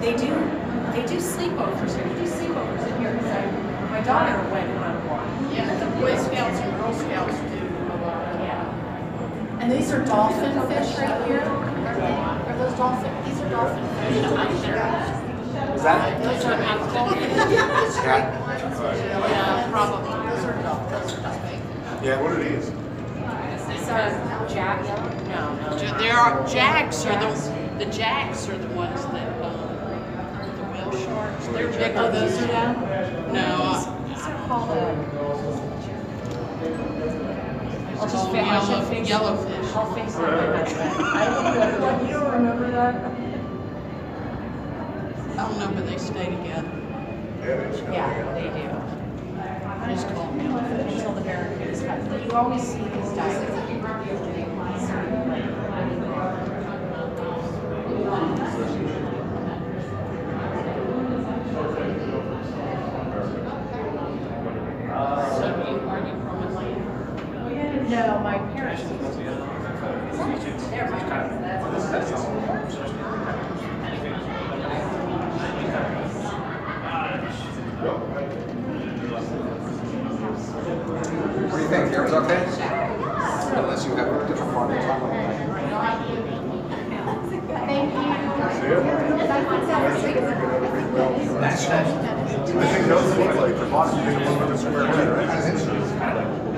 They do, they do sleepovers here, they do sleepovers in here, because I, my daughter went on one. Yeah, the Boy Scouts and Girl Scouts do a lot of that. Yeah. And these are dolphin fish right here? Are they- Are those dolphin, these are dolphin fish out there? Is that? Those are alcohol. Yeah, probably. Those are dolphin, those are dolphin. Yeah, what it is. So, Jack, no, no. Ju- There are, jacks are the, the jacks are the ones that, um, the whale sharks, they're bigger. Oh, those are them? No, I- These are called, uh, I'll it's just, called fi- I should uh, yellow, fix. yellowfish. I'll fix it when I get back. I don't know, you don't remember that? I don't know, but they stay together. Yeah, they do. It's called yellowfish. until the barracudas come. But you always see these divers. So you, are you from Atlanta? No, my parents. They're my parents, that's- What do you think, yours okay? Unless you have a different part to talk about. I think those look like the bottom, you get a little bit of square head, right?